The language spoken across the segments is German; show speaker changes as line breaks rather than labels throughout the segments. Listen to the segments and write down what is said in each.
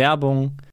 Werbung.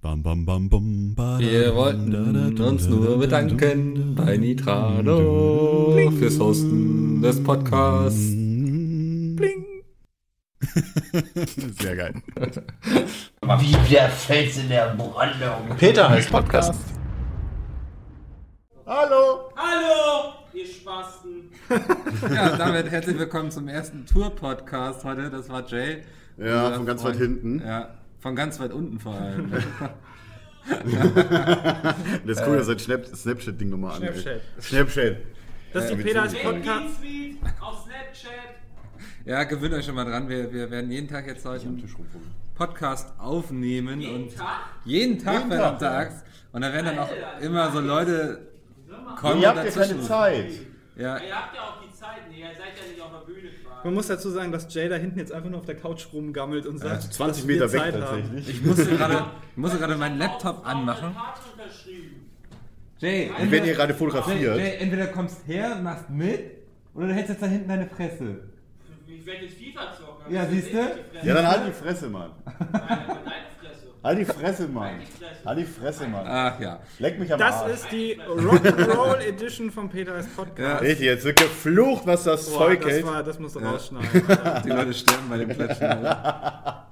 Bam, bam, bam, bum, badum,
Wir wollten uns nur bedanken bei Nitrado fürs Hosten des Podcasts.
Bling. Sehr geil.
Wie der Fels in der Brandung.
Peter heißt Podcast. Hallo!
Hallo, ihr Spasten.
Ja, damit herzlich willkommen zum ersten Tour-Podcast heute. Das war Jay.
Ja,
Unser
von ganz weit
Freund.
hinten.
Ja, von ganz weit unten vor allem.
Das ist cool, dass das Snap Snapchat-Ding nochmal an. ey.
Snapchat.
Snapchat.
Das ist
Ja,
die Peter als
beziehungsweise-
Podcast. Auf Snapchat.
ja, gewöhnt euch schon mal dran. Wir, wir werden jeden Tag jetzt heute einen Podcast aufnehmen. und
Tag.
Jeden Tag, verdammte Axt. Und da werden dann auch immer so Leute kommen
Ihr habt ja
dazwischen.
keine Zeit.
Ja,
Ihr habt ja auch die Zeit, nee, ihr seid ja nicht auf der Bühne quasi.
Man muss dazu sagen, dass Jay da hinten jetzt einfach nur auf der Couch rumgammelt und sagt,
20
dass
also Meter
wir
weg
Zeit haben.
tatsächlich.
ich musste gerade, ich musste gerade meinen Laptop anmachen.
Karte unterschrieben.
Jay,
Und wenn ihr gerade fotografiert,
Jay, entweder kommst her, machst mit, oder du hältst jetzt da hinten deine Fresse.
Ich werde jetzt FIFA zocken.
Ja,
aber ich
siehst
werd
du?
nicht die Fresse.
ja, dann halt die Fresse, Mann.
Nein, deine Fresse.
Halt die Fresse, Mann.
Halt die Fresse.
Halt die Fresse, Mann.
Ach ja.
Leck mich am
Das
Arsch.
ist die Rock'n'Roll Edition von Peter als Podcast.
Richtig, jetzt wird geflucht, was das
Boah,
Zeug
das,
hält.
war, das musst du rausschneiden.
Die Leute sterben bei dem Klatschen. Alter.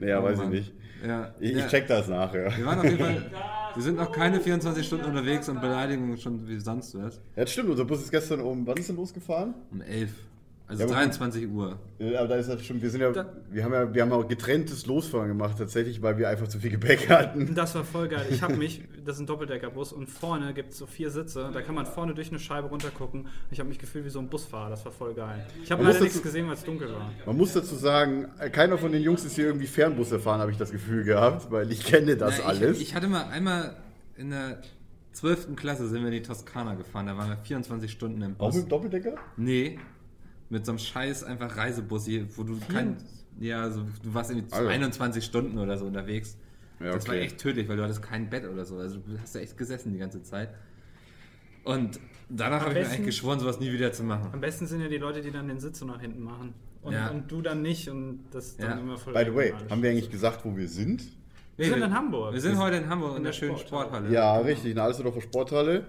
Naja, weiß ich
Oh Mann.
nicht.
Ja.
Ich,
ja.
ich check das nachher.
Wir waren auf jeden Fall, wir sind noch keine 24 Stunden unterwegs und Beleidigungen schon wie sonst was.
Ja, das stimmt, unser Bus ist gestern um, wann ist denn losgefahren?
Um 11. Also
Ja, aber-
23 Uhr.
Ja, Aber da ist das schon, wir sind ja, wir haben ja, wir haben auch getrenntes Losfahren gemacht tatsächlich, weil wir einfach zu viel Gepäck hatten.
Das war voll geil. Ich habe mich, das ist ein Doppeldeckerbus und vorne gibt es so vier Sitze. Da kann man vorne durch eine Scheibe runtergucken. Ich habe mich gefühlt wie so ein Busfahrer. Das war voll geil. Ich habe
Man muss
leider nichts
dazu-
gesehen, weil es dunkel war.
Man muss dazu sagen, keiner von den Jungs ist hier irgendwie Fernbus erfahren, habe ich das Gefühl gehabt, weil ich kenne das
Ja,
alles.
Ich, ich hatte mal einmal in der 12. Klasse sind wir in die Toskana gefahren, da waren wir 24 Stunden im
auch
Bus.
mit dem Doppeldecker?
Nee, mit so einem scheiß einfach Reisebus hier, wo du kein. Ja, so, du warst irgendwie
Alter.
21 Stunden oder so unterwegs.
Also. Ja,
Das war
okay.
echt tödlich, weil du hattest kein Bett oder so. Also du hast ja echt gesessen die ganze Zeit. Und danach habe ich mir
besten-
eigentlich geschworen, sowas nie wieder zu machen.
Am besten sind ja die Leute, die dann den Sitz so nach hinten machen. Und,
Ja.
und du dann nicht. Und das ist dann
Ja.
immer voll
By the way,
regionalisch.
haben wir eigentlich gesagt, wo wir sind?
Wir sind in Hamburg.
Wir sind heute in Hamburg in, der
der
schönen
Sporthalle.
Sporthalle.
Ja, richtig, in der Alsterdorfer Sporthalle.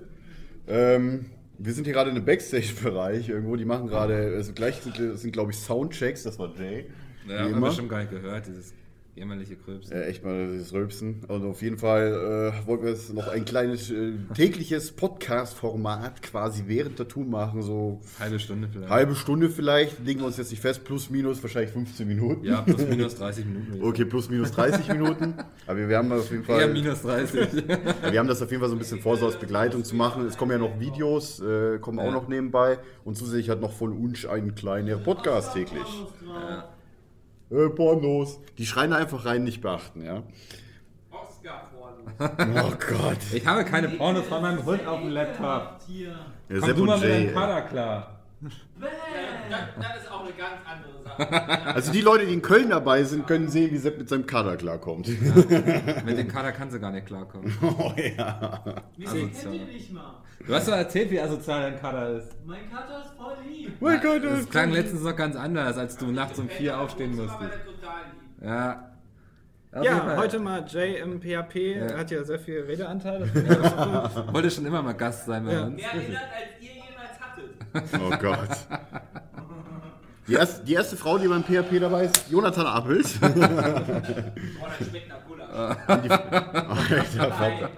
Ähm, wir sind hier gerade in einem Backstage-Bereich irgendwo, die machen gerade, also gleich sind, sind glaube ich Soundchecks, das war Jay.
Ja,
wie
haben wir
immer.
bestimmt gar nicht gehört, dieses jämmerliche Kröps.
Ja, Äh, echt mal dieses Rülpsen. Und auf jeden Fall äh, wollten wir jetzt noch ein kleines äh, tägliches Podcast-Format quasi während der Tour machen. So
Halbe Stunde vielleicht.
halbe Stunde vielleicht, legen wir uns jetzt nicht fest, plus minus wahrscheinlich 15 Minuten.
Ja, plus minus 30 Minuten. würde ich
Okay, plus minus 30 Minuten. Aber wir haben auf jeden
sagen.
Fall.
Eher minus 30.
Ja, wir haben das auf jeden Fall so ein bisschen vor, so als Begleitung zu machen. Es kommen ja noch Videos, äh, kommen auch
Ja.
noch nebenbei. Und zusätzlich hat noch von uns einen kleinen Podcast täglich. Ja. Äh, Pornos. Die schreien einfach rein, nicht beachten, ja.
Oscar vorne.
Oh Gott.
Ich habe keine Pornos von meinem Hund auf dem Laptop.
Ja,
Komm du mal mit deinem Kader klar.
Das, das ist auch eine ganz andere Sache.
Also die Leute, die in Köln dabei sind, können sehen, wie Sepp mit seinem Kader klarkommt.
Mit dem Kader kannst du gar nicht klarkommen.
Oh ja.
Asozial.
nicht mal.
Du hast doch erzählt, wie asozial dein Kader ist.
Mein Kater ist voll lieb.
Mein Gott,
Das klang letztens noch ganz anders, als du nachts um vier aufstehen
Aber
musstest.
der total lieb.
Ja. Auf jeden
Ja,
Fall.
heute mal Jay im PHP. Er hat ja sehr viel Redeanteil. Das finde ich auch so cool.
Wollte schon immer mal Gast sein bei
Ja.
uns.
Mehr erinnert, als ihr jemals hattet.
Oh Gott. Die erste, die erste Frau, die beim PHP dabei ist, Jonathan Appelt.
Boah, Oh, das schmeckt nach Buller.
An die- Alter Vater.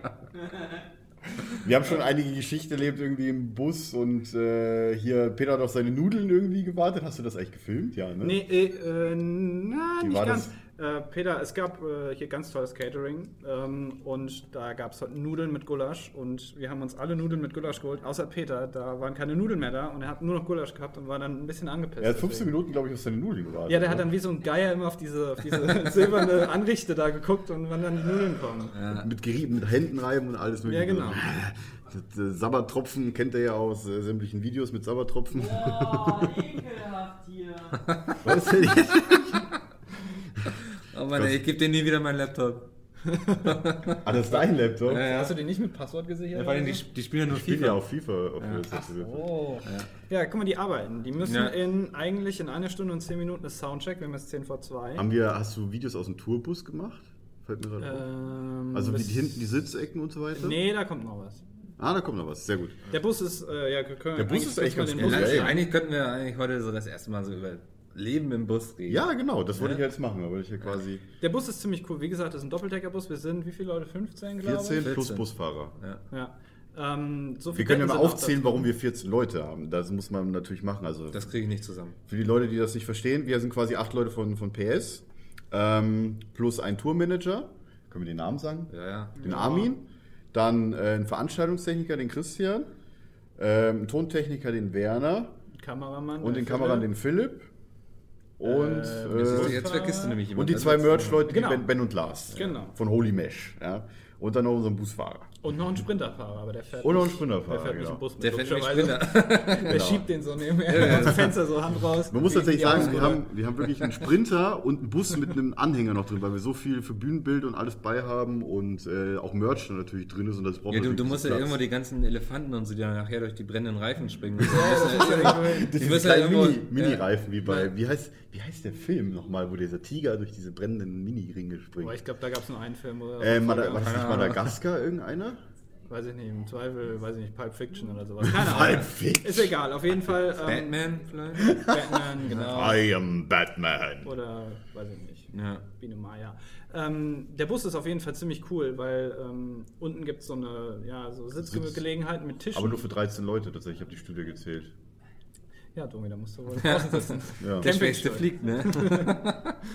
Wir haben schon einige Geschichten erlebt, irgendwie im Bus und äh, hier Peter hat auf seine Nudeln irgendwie gewartet. Hast du das eigentlich gefilmt? Ja, ne?
Nee, äh, äh, na,
Wie
nicht
war
ganz. Äh, Peter, es gab äh, hier ganz tolles Catering ähm, und da gab es halt Nudeln mit Gulasch und wir haben uns alle Nudeln mit Gulasch geholt, außer Peter. Da waren keine Nudeln mehr da und er hat nur noch Gulasch gehabt und war dann ein bisschen angepisst.
Er hat 15
deswegen.
Minuten, glaube ich, auf seine Nudeln gewartet.
Ja, der hat
ne?
dann wie so ein Geier immer auf diese, auf diese silberne Anrichte da geguckt und wann dann die Nudeln kommen.
Mit gerieben, mit Händen reiben und alles mögliche.
Ja, genau.
Das, äh, Sabbertropfen kennt ihr ja aus äh, sämtlichen Videos mit Sabbertropfen.
Oh, ekelhaft hier.
Was denn jetzt?
Oh Mann, ey, ich gebe dir nie wieder meinen Laptop.
Ah, das ist dein Laptop?
Ja,
Hast du den nicht mit Passwort gesichert?
vor allem,
oder
die,
so?
die spielen ja nur
Ich bin ja
FIFA.
auf FIFA. Auf der Seite.
Oh. Ja. guck mal, die arbeiten. Die müssen
Ja.
in eigentlich in einer Stunde und zehn Minuten das Soundcheck, wir haben jetzt 10 vor 2.
Haben wir, hast du Videos aus dem Tourbus gemacht? Fällt mir gerade auf.
Ähm,
Also wie
bis-
die, hinten die Sitzecken und so weiter?
Nee, da kommt noch was.
Ah, da kommt noch was. Sehr gut.
Der Bus ist, äh, ja, wir können
Der Bus
eigentlich
ist echt ganz
kurz mal den
cool,
Bus
ja,
sagen.
Eigentlich könnten wir eigentlich heute so das erste Mal so über Leben im Bus reden.
Ja, genau, das wollte ich jetzt machen, aber ich ja quasi
Der Bus ist ziemlich cool. Wie gesagt, das ist ein Doppeldeckerbus. Wir sind, wie viele Leute? 15, glaube
14
ich.
plus
14.
Busfahrer.
Ja. Ähm, so
Wir
viel
können ja
Betten
mal
sind auch
aufzählen,
da drin.
warum wir 14 Leute haben. Das muss man natürlich machen. Also
Das kriege ich nicht zusammen.
Für die Leute, die das nicht verstehen, wir sind quasi acht Leute von, von PS, ähm, plus ein Tourmanager, können wir den Namen sagen?
Ja, ja.
Den Armin, dann äh, einen Veranstaltungstechniker, den Christian, ähm, einen Tontechniker, den Werner
Kameramann.
und
der
den Kameramann, den
Philipp.
Philipp und,
Äh,
Siehst du,
äh,
Jetzt vergisst du nämlich
und
jemanden.
die zwei Merch-Leute,
Genau.
die Ben, ben und Lars
Genau.
von Holy Mesh. Ja? Und dann noch unseren Busfahrer.
Und noch ein Sprinterfahrer, aber der fährt
Und noch ein
nicht-
Sprinterfahrer,
Der fährt nicht
genau.
im Bus mit.
Der fährt nämlich
logischerweise.
Sprinter.
Der schiebt den so nebenher aus dem Fenster so Hand raus.
Man muss
gegen die
tatsächlich sagen, wir
Augenbraue.
haben, wir haben wirklich einen Sprinter und einen Bus mit einem Anhänger noch drin, weil wir so viel für Bühnenbild und alles bei haben und äh, auch Merch dann natürlich drin ist und das braucht
Ja, du,
natürlich
du musst ja
Platz.
irgendwo die ganzen Elefanten und so, die dann nachher durch die brennenden Reifen springen. Die müssen ja irgendwo-
Das
die
ist
müssen ja
halt
kleine
irgendwo-
Mini,
ja.
Mini-Reifen, wie bei, wie heißt, wie heißt der Film nochmal, wo dieser Tiger durch diese brennenden Mini-Ringe
Boah,
springt?
ich glaube, da gab es nur einen Film oder
Äh, Mada,
Folge.
was ist das, Madagaskar, irgendeiner?
weiß ich nicht, im Zweifel, weiß ich nicht, Pulp Fiction oder sowas. Keine
Pulp
Ahnung.
Fiction.
Ist egal, auf jeden Fall. Ähm,
Batman vielleicht?
Batman, genau.
I am Batman.
Oder weiß ich nicht.
Ja.
Biene Maya. Ähm, der Bus ist auf jeden Fall ziemlich cool, weil ähm, unten gibt es so eine ja, so Sitzgelegenheit mit Tischen.
Aber nur für 13 Leute tatsächlich, ich habe die Studie gezählt.
ja, Domi, da musst du wohl draußen sitzen.
Ja.
Der Schwächste fliegt, ne?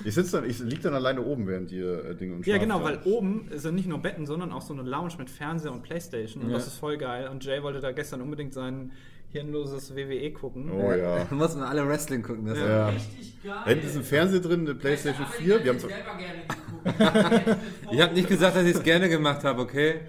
Ich sitze dann, ich lieg dann alleine oben, während ihr äh, Dinge und
Ja,
schlaft.
genau, weil oben sind nicht nur Betten, sondern auch so eine Lounge mit Fernseher und Playstation. Und
Ja.
das ist voll geil. Und Jay wollte da gestern unbedingt sein hirnloses WWE gucken.
Oh ja.
Da muss man alle Wrestling gucken. Das ja.
ja.
Richtig geil.
Da hinten ist ein Fernseher drin, eine Playstation
Aber die
4.
hätte
Wir haben
ich
zwar-
selber gerne geguckt.
Ich habe nicht gesagt, dass ich es gerne gemacht habe, okay?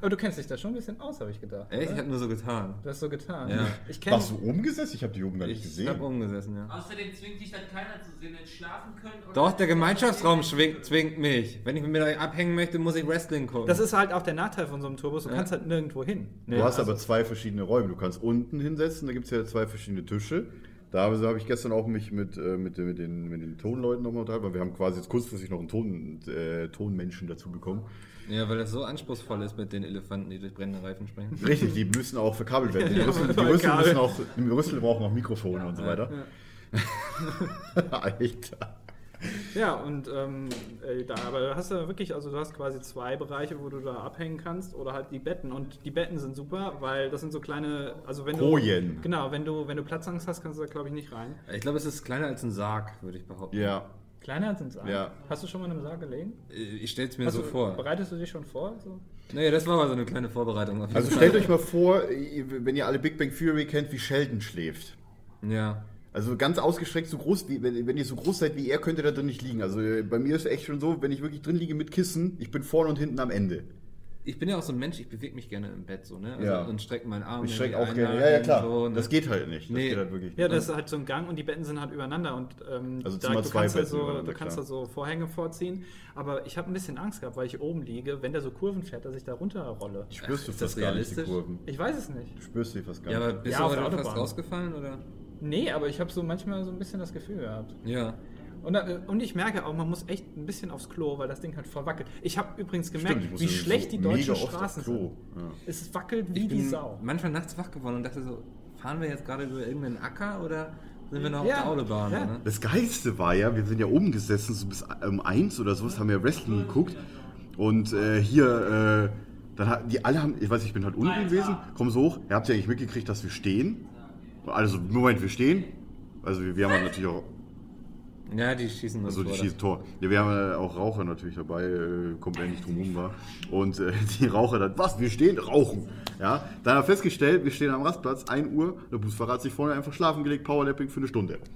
Aber du kennst dich da schon ein bisschen aus, habe ich gedacht.
Echt? Ich habe nur so getan.
Du hast so getan.
Ja.
Ich kenne
Warst du oben gesessen? Ich habe die oben gar nicht
Ich habe
gesehen.
umgesessen, ja.
Außerdem zwingt dich dann keiner zu sehen, denn schlafen können. und-
Doch, der Gemeinschaftsraum schwingt, zwingt mich. Wenn ich mit euch abhängen möchte, muss ich Wrestling gucken.
Das ist halt auch der Nachteil von so einem Turbus, du kannst halt nirgendwo hin.
Du hast aber zwei verschiedene Räume. Du kannst unten hinsetzen, da gibt es ja zwei verschiedene Tische. Da habe habe ich gestern auch mich mit, äh, mit, den- mit, den, mit den Tonleuten nochmal unterhalten, weil wir haben quasi jetzt kurzfristig noch einen Ton, äh, Tonmenschen dazu bekommen.
ja, weil das so anspruchsvoll ist mit den Elefanten, die durch brennende Reifen springen.
Richtig, die müssen auch verkabelt werden. Die Rüssel, die
voll
Rüssel,
Kabel.
müssen auch, die Rüssel brauchen auch Mikrofone und so weiter. Alter.
Ja, und ähm, äh, da aber hast du wirklich, also du hast quasi zwei Bereiche, wo du da abhängen kannst oder halt die Betten. Und die Betten sind super, weil das sind so kleine, also wenn
Kojen.
du. Genau, wenn du, wenn du Platzangst hast, kannst du da glaube ich nicht rein.
Ich glaube, es ist kleiner als ein Sarg, würde ich behaupten.
Ja.
Kleiner als ein Sarg.
Ja.
Hast du schon mal in einem Sarg gelegen?
Ich stell's mir
Hast
so
du,
vor.
Bereitest du dich schon vor? So?
Naja, das war mal so eine kleine Vorbereitung. Auf jeden
Also
Fall.
stellt euch mal vor, wenn ihr alle Big Bang Theory kennt, wie Sheldon schläft.
Ja.
Also ganz ausgestreckt, so groß, wie, wenn, wenn ihr so groß seid wie er, könnt ihr da drin nicht liegen. Also äh, bei mir ist echt schon so, wenn ich wirklich drin liege mit Kissen, ich bin vorne und hinten am Ende.
Ich bin ja auch so ein Mensch, ich bewege mich gerne im Bett so, ne? Also,
Ja.
Und strecke meinen Arm.
Ich schreck
irgendwie
auch gerne.
ein,
Ja, ja, klar.
So, ne?
Das geht halt nicht. Das
Nee.
geht halt wirklich
Ja,
nicht.
das ist halt so ein Gang und die Betten sind halt übereinander und ähm,
Also
da,
Zimmer
du,
zwei
kannst da
Betten
so,
übereinander,
du kannst da
klar.
so Vorhänge vorziehen. Aber ich habe ein bisschen Angst gehabt, weil ich oben liege, wenn der so Kurven fährt, dass ich da runterrolle.
Spürst du
Ist das
fast gar nicht die
realistisch?
Kurven.
Ich weiß es nicht.
Du spürst sie fast gar
Ja, aber
nicht.
bist
Ja,
du
auf der
heute fast
Autobahn.
rausgefallen, oder?
Nee, aber ich habe so manchmal so ein bisschen das Gefühl gehabt.
Ja.
Und, äh, und ich merke auch, man muss echt ein bisschen aufs Klo, weil das Ding halt verwackelt. Ich habe übrigens gemerkt,
ich muss
wie
so
schlecht die
mega
deutschen
oft aufs
Straßen
Klo.
sind.
Ja.
Es wackelt
Ich
wie die
bin
Sau.
manchmal nachts wach geworden und dachte so, fahren wir jetzt gerade über irgendeinen Acker oder sind wir noch
Ja.
auf der Autobahn?
Ja.
Ne?
ähm, Das Geilste war ja, wir sind ja oben gesessen, so bis um eins oder sowas, haben ja Wrestling geguckt. Und äh, hier, äh, dann hat, die alle haben, ich weiß, nicht, ich bin halt unten gewesen, komm so hoch. Ihr habt ja eigentlich mitgekriegt, dass wir stehen. Also, Moment, wir stehen. Also, wir, wir haben halt natürlich auch,
Ja, die schießen uns
also die
vor,
schießen Tor. Ja, wir haben äh, auch Raucher natürlich dabei, äh, kommt man nicht drum rum war. Und äh, die Raucher dann, was, wir stehen, rauchen. Ja, dann haben wir festgestellt, wir stehen am Rastplatz, 1 Uhr, der Busfahrer hat sich vorne einfach schlafen gelegt, Powerlapping für eine Stunde.
das.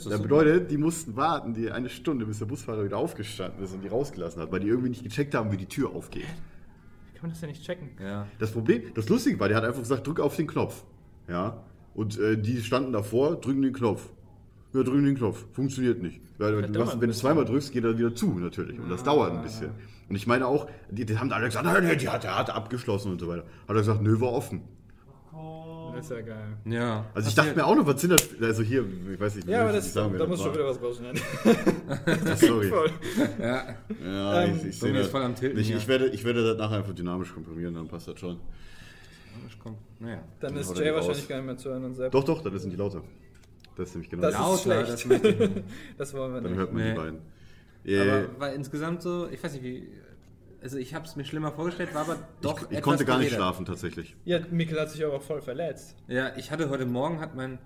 Ist das
Das
so?
bedeutet, die mussten warten, die eine Stunde, bis der Busfahrer wieder aufgestanden ist und die rausgelassen hat, weil die irgendwie nicht gecheckt haben, wie die Tür aufgeht.
Kann man das ja nicht checken.
Ja.
Das Problem, das Lustige war, der hat einfach gesagt, drück auf den Knopf. Ja. Und äh, die standen davor, drücken den Knopf. Ja, drücken den Knopf. Funktioniert nicht. Ja, du
dauert Ah.
machst, wenn du zweimal drückst, geht er wieder zu, natürlich. Und das dauert ein bisschen. Und ich meine auch, die, die haben alle gesagt, nein, nein, die hat, der hat abgeschlossen und so weiter. Hat er gesagt, nö, war offen.
Das ist ja geil.
ja.
Also ich dachte mir auch noch, was sind das? Also hier, ich weiß nicht,
Ja, aber
ich
das,
nicht sagen,
da
wer
muss
war.
schon wieder was rausschneiden.
Sorry.
Voll.
Ja, ich, ich sehe
Dominik ist
das.
voll am Tilten
ich,
hier.
ich, werde, ich werde das nachher einfach dynamisch komprimieren, dann passt das schon.
Ich komm- Naja.
Dann
Dann
ist
haut er
Jay
die raus.
wahrscheinlich gar nicht mehr zu hören und selbst.
Doch, doch, das sind die lauter. Das ist nämlich genau
Das
das.
ist
Lauter,
schlecht.
das möchte ich nicht.
Das wollen wir
Dann
nicht.
hört man
Nee.
die beiden. Äh,
Aber war insgesamt so, ich weiß nicht wie. Also ich habe es mir schlimmer vorgestellt, war aber doch
ich
etwas
konnte gar nicht
beredet.
schlafen, tatsächlich.
Ja, Mikkel hat sich aber auch voll verletzt.
Ja, ich hatte heute Morgen hat mein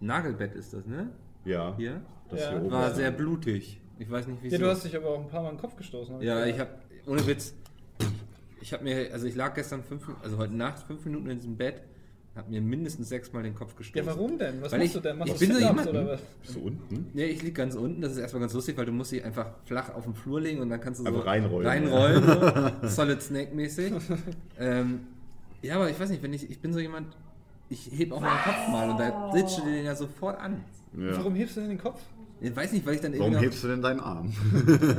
Nagelbett ist das, ne?
Ja.
Hier
Das
Ja.
hier oben.
war sehr blutig. Ich weiß nicht wieso.
Ja, du hast dich aber auch ein paar Mal in den Kopf gestoßen. hab
Ja,
gehört.
ich hab, ohne Witz, ich hab mir, also ich lag gestern fünf, also heute Nacht fünf Minuten in diesem Bett, hab mir mindestens sechsmal den Kopf gestoßen.
Ja, warum denn? Was
Weil
machst
ich-
du denn? Machst
ich
du
bin so
Sit-ups
jemand,
oder
ne?
was?
Bist du unten?
Nee, ich lieg ganz unten, das ist erstmal ganz lustig, weil du musst sie einfach flach auf den Flur legen und dann kannst du so
Einfach Also reinrollen.
reinrollen so Solid Snake-mäßig. ähm, ja, aber ich weiß nicht, wenn ich, ich bin so jemand, ich heb auch meinen Kopf mal und da sitzt du den ja sofort an.
Ja.
Warum hebst du denn den Kopf?
Ich weiß nicht, weil ich dann
Warum
irgendwie noch-
hebst du denn deinen Arm?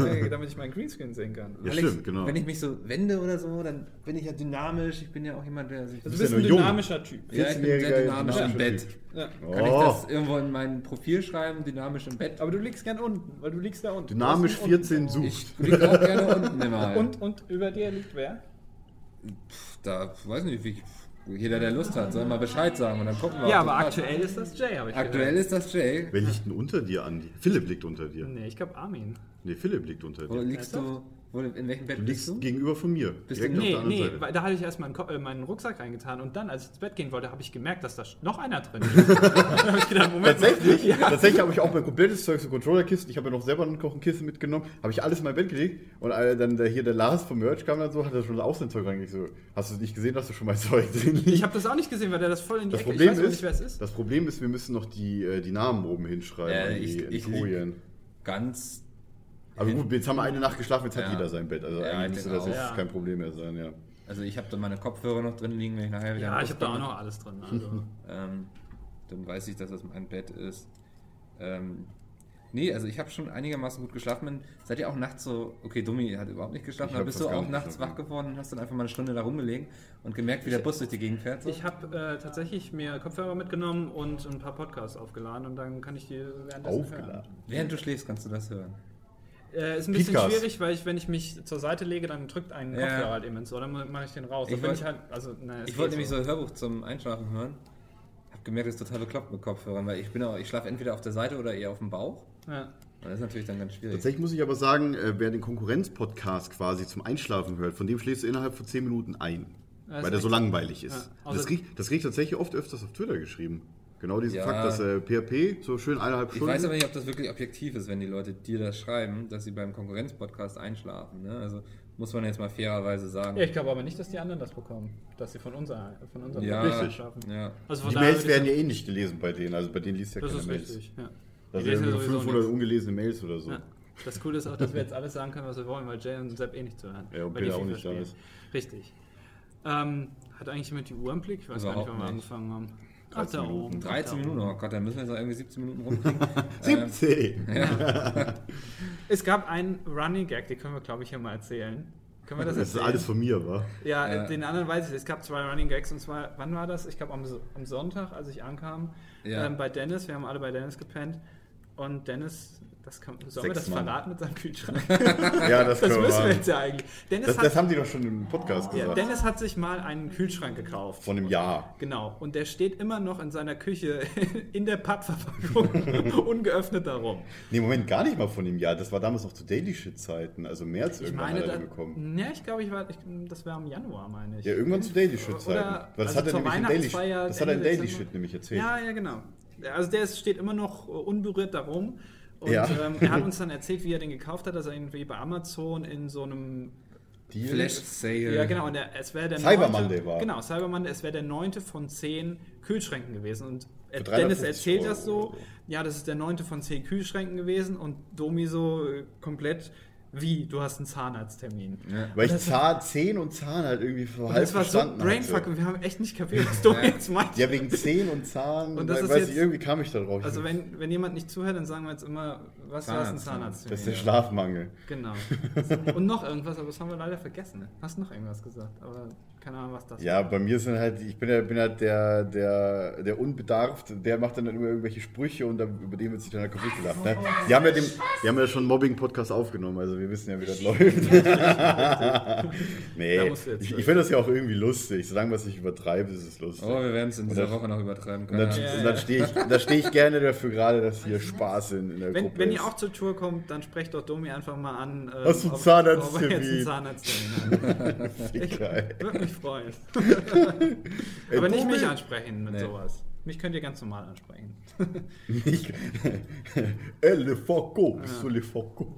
Äh, Damit ich meinen Greenscreen sehen kann.
Ja,
weil ich,
stimmt, genau.
Wenn ich mich so wende oder so, dann bin ich ja dynamisch. Ich bin ja auch jemand, der sich.
Also du
bist
bist
ja
ein
nur jung.
dynamischer Typ.
ja, ich bin sehr
14-jähriger
dynamisch im
dynamischer
Bett.
Typ.
Ja.
Kann ich das
Oh,
irgendwo in mein Profil schreiben, dynamisch im Bett?
Aber du liegst gern unten, weil du liegst da unten.
dynamisch
Du bist
14 sucht.
Ich liege auch gerne unten immer.
unten. Und, und über dir liegt wer?
Da weiß nicht, wie jeder, der Lust hat, soll mal Bescheid sagen und dann gucken wir. ob das passt.
ist das Jay, habe ich
Aktuell ist das Jay.
Wer liegt denn unter dir, Andi? Philipp liegt unter dir.
Nee, ich glaube Armin.
Nee, Philipp liegt unter
Wo
dir.
liegst du? Wo, in welchem Bett
Du
liegst du?
liegst gegenüber von mir.
Bist
direkt
du-
auf
Nee,
der anderen
nee,
Seite.
weil da hatte ich erst meinen, Ko- äh, meinen Rucksack reingetan und dann, als ich ins Bett gehen wollte, habe ich gemerkt, dass da sch- noch einer drin ist. da habe ich gedacht, Moment, mal.
Tatsächlich, tatsächlich habe ich auch mein komplettes Zeug, so Controllerkisten, ich habe ja noch selber noch ein Kissen mitgenommen, habe ich alles in mein Bett gelegt und äh, dann der, hier der Lars vom Merch kam dann so, hat er schon auch sein Zeug reingelegt. So, hast du nicht gesehen, dass du schon mein Zeug drin liegt?
Ich habe das auch nicht gesehen, weil der das voll in die
das
Ecke
Problem
Ich weiß auch
ist,
nicht, wer es ist.
Das Problem ist, wir müssen noch die, äh, die Namen oben hinschreiben. an
Äh,
die,
ich-
an die
ich lieg-
Folien.
Ganz.
Aber gut, jetzt haben wir eine Nacht geschlafen, jetzt hat
Ja.
jeder sein Bett. Also
Ja, ich
eigentlich müsste
denke
das
auch.
jetzt
Ja.
kein Problem mehr sein, ja.
Also ich habe da meine Kopfhörer noch drin liegen, wenn ich nachher wieder.
Ja,
am
ich habe da auch
Bus
noch alles drin. Also.
Ähm, dann weiß ich, dass das mein Bett ist. Ähm, nee, also ich habe schon einigermaßen gut geschlafen. Man- Seid ihr auch nachts so, okay, Dummi hat überhaupt nicht geschlafen,
Ich
aber
hab
bist du
fast gar
auch
nicht
nachts
geschlafen.
wach geworden und hast dann einfach mal eine Stunde da rumgelegen und gemerkt, wie der Bus durch die Gegend fährt? So?
Ich habe äh, tatsächlich mir Kopfhörer mitgenommen und ein paar Podcasts aufgeladen und dann kann ich die währenddessen
Aufgeladen.
Während du schläfst, kannst du das hören.
hören. Äh, ist ein bisschen
Podcast.
schwierig, weil ich, wenn ich mich zur Seite lege, dann drückt ein
Ja.
Kopfhörer halt eben so, dann mache ich den raus. Dann
Ich
bin
wollt-
ich halt, also, naja, es
Ich wollte
geht
nämlich so ein Hörbuch zum Einschlafen hören. Hab gemerkt, das ist total bekloppt mit Kopfhörern, weil ich bin auch, ich schlafe entweder auf der Seite oder eher auf dem Bauch.
Ja.
Und das ist natürlich dann ganz schwierig.
Tatsächlich muss ich aber sagen, äh, wer den Konkurrenz-Podcast quasi zum Einschlafen hört, von dem schläfst du innerhalb von 10 Minuten ein.
Das
weil
ist
der so
echt-
langweilig ist.
Ja, außer-
das kriege das krieg ich tatsächlich oft öfters auf Twitter geschrieben. Genau diesen
Ja.
Fakt, dass äh, PHP so schön eineinhalb
Ich
Stunden.
weiß aber nicht, ob das wirklich objektiv ist, wenn die Leute dir das schreiben, dass sie beim Konkurrenzpodcast einschlafen. Ne? Also muss man jetzt mal fairerweise sagen.
Ja, ich glaube aber nicht, dass die anderen das bekommen, dass sie von, unser, von unserem
ja,
Podcast
richtig.
schaffen.
Ja.
Also
die
daher
Mails
würde ich
werden ja eh nicht gelesen bei denen. Also bei denen liest ja
sagen, Das
keiner
ist
Mails.
richtig, ja.
Da
Die
sind
lesen ja
irgendwie
sowieso
500
nichts.
ungelesene Mails oder so.
Ja. Das Coole ist auch, dass wir jetzt alles sagen können, was wir wollen, weil Jay und Sepp eh nicht zuhören.
Ja, und
weil die
Peter auch
FIFA
nicht da
spielen.
ist.
Richtig. Ähm, hat eigentlich jemand die Uhr im Blick? Ich weiß gar nicht, wann wir
Überhaupt nicht.
angefangen haben. Ach, da
13 Minuten.
oben.
13
da oben.
Minuten, oh Gott, da müssen wir jetzt noch irgendwie 17 Minuten rumkriegen.
17!
Es gab einen Running Gag, den können wir, glaube ich, hier mal erzählen. Können wir das eh-
Das ist
erzählen?
alles von mir, wa?
ja,
Ja.
den anderen weiß ich. Es gab zwei Running Gags und zwar, wann war das? Ich glaube am, So- am Sonntag, als ich ankam,
Ja.
ähm, bei Dennis. Wir haben alle bei Dennis gepennt. Und Dennis, das kann, sollen wir
Sechs
das
Mann.
verraten mit seinem Kühlschrank?
Ja, das,
das
können
müssen wir
machen.
jetzt ja eigentlich. Dennis,
Das,
hat,
das haben die doch schon im Podcast
ja,
gesagt.
Dennis hat sich mal einen Kühlschrank gekauft.
Von einem Jahr.
Genau, und der steht immer noch in seiner Küche in der Pappverpackung ungeöffnet darum.
Nee, Moment, gar nicht mal von dem Jahr. Das war damals noch zu Daily Shit-Zeiten. Also März
Ich
irgendwann
meine,
hat er
da,
den bekommen.
ne, ich glaube, ich war, ich, das war im Januar, meine ich.
Ja, irgendwann zu Daily
Oder-
Shit-Zeiten. Weil Das
also
hat er
zur
nämlich in Daily,
Weihnachtsfeier,
das hat er in
Ende
Daily
Dezember.
Shit nämlich erzählt.
Ja, ja, genau. Also der ist, steht immer noch äh, unberührt darum. Und
Ja.
ähm, er hat uns dann erzählt, wie er den gekauft hat, dass er irgendwie bei Amazon in so einem.
Deal.
Flash Sale.
Ja, genau. Und er, es wäre der
Cyber
neunte-
Monday war.
Genau, Cyber Monday. Es wäre der neunte von zehn Kühlschränken gewesen. Und er-
Für
Dennis
350
erzählt das
Euro
so.
oder so.
Ja, das ist der neunte von zehn Kühlschränken gewesen. Und Domi so äh, komplett. Wie? Du hast einen Zahnarzttermin.
Weil ich Zahn, Zehen und Zahn halt irgendwie so
Und
halb
das war so
verstanden
Brainfuck
hatte.
und wir haben echt nicht kapiert, was Domi jetzt meint.
Ja, wegen Zehen und Zahn.
Und das
weil-
ist
weiß
jetzt-
ich, irgendwie kam ich da drauf. Ich
Also
hab-
wenn, wenn jemand nicht zuhört, dann sagen wir jetzt immer, was war es ein
Zahnarzt.
Zahnarzt?
das ist der Schlafmangel.
Genau. Und noch irgendwas, aber das haben wir leider vergessen. Hast noch irgendwas gesagt, aber keine Ahnung, was das
Ja, bei mir sind halt, ich bin ja, bin halt der, der, der unbedarft, der macht dann immer irgendwelche Sprüche und dann, über den wird sich dann halt kaputt gelacht. Ne? Die, haben ja dem, die haben ja schon einen Mobbing-Podcast aufgenommen, also wir wissen ja, wie das läuft.
Da
nee,
musst du jetzt- halt
ich, ich finde das ja auch irgendwie lustig. Solange man es nicht übertreibt, ist es lustig.
Oh, wir werden es in dieser
Und dann-
Woche noch übertreiben
Und
können.
dann,
Ja,
und dann
ja.
stehe ich, da steh ich gerne dafür gerade, dass hier Spaß in, in der
Wenn,
Gruppe
wenn
ist.
ihr auch zur Tour kommt, dann sprecht doch Domi einfach mal an. ähm,
Hast du einen
ob-
Zahnarzttermin?
ob er jetzt einen Zahnarzttermin hat. Ich
Geil.
würde mich freuen.
Ey,
aber nicht
Domi!
mich ansprechen mit
Nee.
sowas. Mich könnt ihr ganz normal ansprechen.
Nicht. Ey, Le Foco, bist du Le Foco?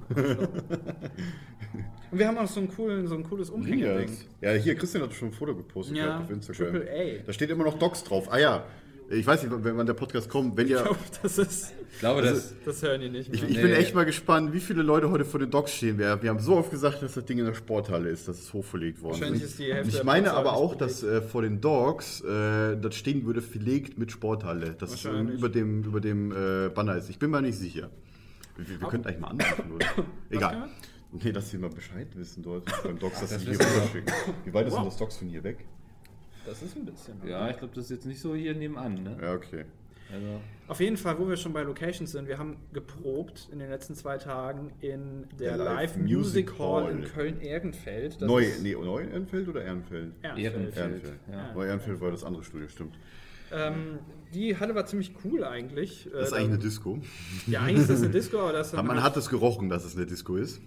Und wir haben auch so, einen coolen, so ein cooles Umhängeding.
Ja, hier, Christian hat schon ein Foto gepostet
Ja,
gehabt auf Instagram.
Triple A.
Da steht immer noch Docs drauf. Ah ja, ich weiß nicht, wenn wann der Podcast kommt, wenn
Ich
ihr.
glaube, das ist.
Ich glaube, das,
Also-
Das hören die nicht
Ich,
mehr.
ich bin echt mal gespannt, wie viele Leute heute vor den Docs stehen. Wir, wir haben so oft gesagt, dass das Ding in der Sporthalle ist, dass es hochverlegt worden
Wahrscheinlich
ist.
ist die Hälfte
ich
der
meine
Plätze
aber
auch nicht
auch, dass äh, vor den Dogs äh, das stehen würde, verlegt mit Sporthalle. Das ist, ähm,
Wahrscheinlich.
über dem, über dem äh, Banner ist. Ich bin mir nicht sicher. Wir, wir könnten eigentlich mal anrufen, oder? Egal.
können
Nee, dass sie mal Bescheid wissen dort beim Docs, dass
das
sie hier
wissen wir.
rüberschicken. Wie weit ist
Wow.
denn das Docs von hier weg?
Das ist ein bisschen.
ja, ich glaube, das ist jetzt nicht so hier nebenan. Ne?
Ja, okay.
Also,
Auf jeden Fall, wo wir schon bei Locations sind, wir haben geprobt in den letzten zwei Tagen in der,
Der
Live
Live
Music
Music
Hall
Hall.
in Köln-Ehrenfeld. Das
Neu,
ist
nee, neu Ehrenfeld oder Ehrenfeld?
Ehrenfeld.
Ehrenfeld.
Ehrenfeld.
Ja.
Neu Ehrenfeld war das andere Studio, stimmt.
Ähm, die Halle war ziemlich cool eigentlich. Äh,
Das ist eigentlich eine Disco.
ja, eigentlich ist das eine Disco, aber das ist dann
Man
halt-
hat es gerochen, dass es eine Disco ist.